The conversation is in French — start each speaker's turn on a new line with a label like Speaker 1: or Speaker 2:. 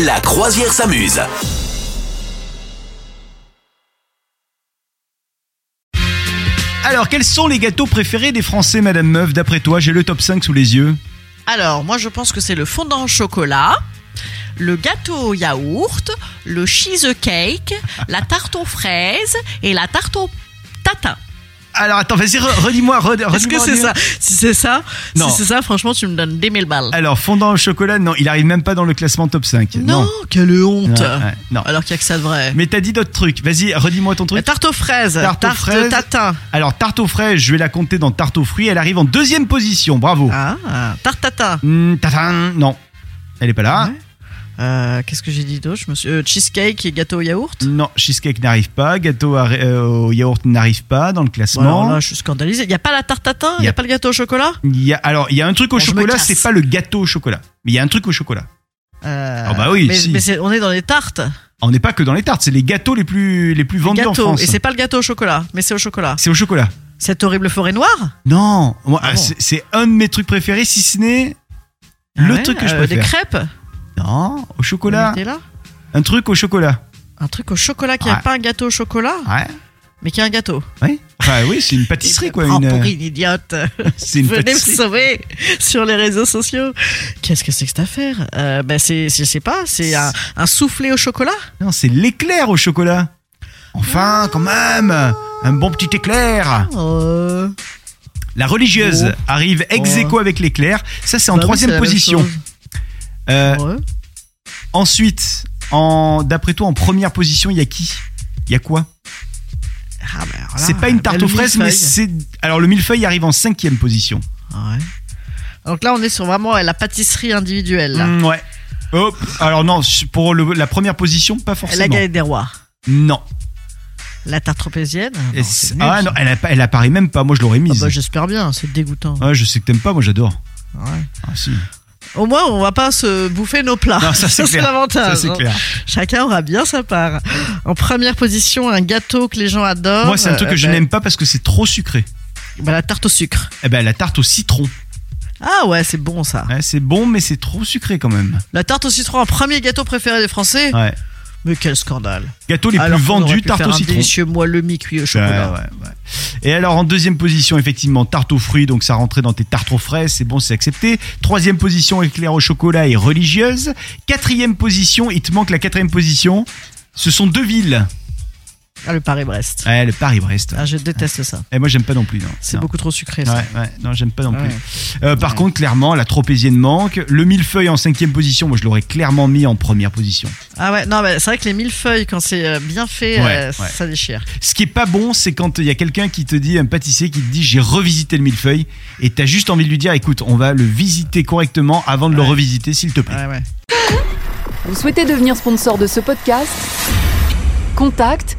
Speaker 1: La croisière s'amuse.
Speaker 2: Alors, quels sont les gâteaux préférés des Français, Madame Meuf D'après toi, j'ai le top 5 sous les yeux.
Speaker 3: Alors, moi, je pense que c'est le fondant au chocolat, le gâteau au yaourt, le cheesecake, la tarte aux fraises et la tarte au tatin.
Speaker 2: Alors, attends, vas-y, re- redis-moi. re-
Speaker 3: Est-ce que
Speaker 2: redis-moi,
Speaker 3: c'est ça
Speaker 2: redis-moi.
Speaker 3: Si c'est ça,
Speaker 2: Non. Euh,
Speaker 3: si c'est ça, franchement, tu me donnes des mille balles.
Speaker 2: Alors, fondant au chocolat, non, il arrive même pas dans le classement top 5.
Speaker 3: non, quelle honte
Speaker 2: Ouais, ouais, non.
Speaker 3: Alors qu'il y a que ça de vrai.
Speaker 2: Mais t'as dit d'autres trucs. Vas-y, redis-moi ton
Speaker 3: La
Speaker 2: truc.
Speaker 3: tarte aux fraises,
Speaker 2: Tarte aux
Speaker 3: tarte
Speaker 2: fraises.
Speaker 3: tatin,
Speaker 2: Alors, tarte aux fraises, je vais la compter dans tarte aux fruits. Elle arrive en deuxième position. Bravo.
Speaker 3: ah, ah, tarte tatin.
Speaker 2: Hmm, tatin, non. Elle est pas là.
Speaker 3: Ouais. Euh, Qu'est-ce que j'ai dit d'autre Je me suis euh, cheesecake et gâteau au yaourt.
Speaker 2: Non, cheesecake n'arrive pas. Gâteau à- euh, au yaourt n'arrive pas dans le
Speaker 3: Bon, alors
Speaker 2: classement.
Speaker 3: là, je suis scandalisée. Il n'y a pas la tarte tatin,
Speaker 2: Y
Speaker 3: il n'y
Speaker 2: a-
Speaker 3: a pas le gâteau au chocolat
Speaker 2: Il y a, alors, il y a un truc au
Speaker 3: Bon, je me
Speaker 2: chocolat,
Speaker 3: casse.
Speaker 2: c'est pas le gâteau au chocolat. Mais il y a un truc au chocolat.
Speaker 3: Euh,
Speaker 2: Ah bah oui,
Speaker 3: mais,
Speaker 2: si.
Speaker 3: mais c'est- on est dans les tartes.
Speaker 2: On n'est pas que dans les tartes, c'est les gâteaux les plus, les plus vendus en
Speaker 3: gâteau.
Speaker 2: France.
Speaker 3: Et c'est pas le gâteau au chocolat, mais c'est au chocolat.
Speaker 2: C'est au chocolat.
Speaker 3: Cette horrible forêt noire
Speaker 2: Non, moi,
Speaker 3: Ah
Speaker 2: ah,
Speaker 3: bon.
Speaker 2: c'est c'est un de mes trucs préférés, si ce n'est le
Speaker 3: Ah ouais,
Speaker 2: truc que je
Speaker 3: euh, Des
Speaker 2: préfère.
Speaker 3: crêpes
Speaker 2: Non, au
Speaker 3: On
Speaker 2: chocolat.
Speaker 3: était là
Speaker 2: Un truc au chocolat.
Speaker 3: Un truc au chocolat qui n'est
Speaker 2: Ouais.
Speaker 3: pas un gâteau au chocolat,
Speaker 2: Ouais.
Speaker 3: mais qui est un gâteau.
Speaker 2: ouais. Enfin, oui, c'est une pâtisserie, quoi.
Speaker 3: Oh,
Speaker 2: une,
Speaker 3: pour
Speaker 2: euh,
Speaker 3: une idiote
Speaker 2: c'est une
Speaker 3: Venez me
Speaker 2: pâtisserie.
Speaker 3: sauver sur les réseaux sociaux. Qu'est-ce que c'est que cette affaire euh, ben c'est, Je sais pas, c'est un, un soufflé au chocolat
Speaker 2: Non, c'est l'éclair au chocolat.
Speaker 3: Ah.
Speaker 2: Enfin, quand même, un bon petit éclair.
Speaker 3: Euh,
Speaker 2: La religieuse
Speaker 3: Oh.
Speaker 2: arrive ex aequo avec l'éclair. Ça, c'est en
Speaker 3: bah oui,
Speaker 2: troisième
Speaker 3: c'est la même
Speaker 2: position.
Speaker 3: chose.
Speaker 2: Euh,
Speaker 3: Ouais.
Speaker 2: Ensuite, en, d'après toi, en première position, il y a qui Il y a quoi
Speaker 3: Ah, ben alors là,
Speaker 2: C'est pas une tarte
Speaker 3: belle
Speaker 2: aux fraises, mais
Speaker 3: millefeuille.
Speaker 2: c'est. Alors, le millefeuille arrive en cinquième position.
Speaker 3: Ouais. Donc là, on est sur vraiment la pâtisserie individuelle. Là.
Speaker 2: Mm, ouais. Hop. Alors, non, pour le- la première position, pas
Speaker 3: La
Speaker 2: forcément.
Speaker 3: galette des rois.
Speaker 2: Non.
Speaker 3: La tarte tropézienne Ah
Speaker 2: Et
Speaker 3: non,
Speaker 2: c'est-
Speaker 3: Oh, c'est nul,
Speaker 2: ah,
Speaker 3: ça.
Speaker 2: non, elle, appa- elle apparaît même pas. Moi, je l'aurais
Speaker 3: Ah
Speaker 2: mise.
Speaker 3: bah, j'espère bien, c'est dégoûtant.
Speaker 2: Ouais, je sais que t'aimes pas, moi, j'adore.
Speaker 3: Ouais.
Speaker 2: Ah, si.
Speaker 3: Au moins, on va pas se bouffer nos plats.
Speaker 2: Non, ça, c'est clair. Ça,
Speaker 3: l'avantage.
Speaker 2: c'est
Speaker 3: hein.
Speaker 2: clair.
Speaker 3: Chacun aura bien sa part. En première position, un gâteau que les gens adorent.
Speaker 2: Moi, c'est un truc que
Speaker 3: Euh,
Speaker 2: je
Speaker 3: bah,
Speaker 2: n'aime pas parce que c'est trop sucré.
Speaker 3: bah, la tarte au sucre.
Speaker 2: Eh ben, la tarte au citron.
Speaker 3: Ah ouais, c'est bon ça.
Speaker 2: Ouais, c'est bon, mais c'est trop sucré quand même.
Speaker 3: La tarte au citron, un premier gâteau préféré des Français.
Speaker 2: Ouais.
Speaker 3: Mais quel scandale.
Speaker 2: Gâteau les
Speaker 3: Alors
Speaker 2: plus
Speaker 3: qu'on aurait
Speaker 2: vendus,
Speaker 3: pu
Speaker 2: tarte
Speaker 3: faire
Speaker 2: au
Speaker 3: un
Speaker 2: citron.
Speaker 3: délicieux moelleux mi-cuit au chocolat.
Speaker 2: Ouais, ouais, ouais. Et alors en deuxième position, effectivement, tarte aux fruits, donc ça rentrait dans tes tartes aux fraises, c'est bon, c'est accepté. Troisième position, éclair au chocolat et religieuse. Quatrième position, il te manque la quatrième position. Ce sont deux villes.
Speaker 3: Ah, le Paris-Brest.
Speaker 2: Ouais, le Paris-Brest.
Speaker 3: Ah, je déteste ça.
Speaker 2: Et moi, j'aime pas non plus. non.
Speaker 3: C'est
Speaker 2: Non.
Speaker 3: beaucoup trop sucré ça.
Speaker 2: Ouais, ouais, non, j'aime pas non plus.
Speaker 3: Ouais.
Speaker 2: Euh, par
Speaker 3: Ouais.
Speaker 2: contre, clairement, la tropézienne manque. Le millefeuille en cinquième position, moi je l'aurais clairement mis en première position.
Speaker 3: Ah ouais, non, mais c'est vrai que les millefeuilles, quand c'est euh, bien fait,
Speaker 2: Ouais,
Speaker 3: euh,
Speaker 2: ouais.
Speaker 3: ça déchire.
Speaker 2: Ce qui est pas bon, c'est quand il y a quelqu'un qui te dit, un pâtissier qui te dit j'ai revisité le millefeuille et t'as juste envie de lui dire écoute, on va le visiter correctement avant de le
Speaker 3: Ouais.
Speaker 2: revisiter s'il te plaît.
Speaker 3: Ouais, ouais.
Speaker 4: Vous souhaitez devenir sponsor de ce podcast Contact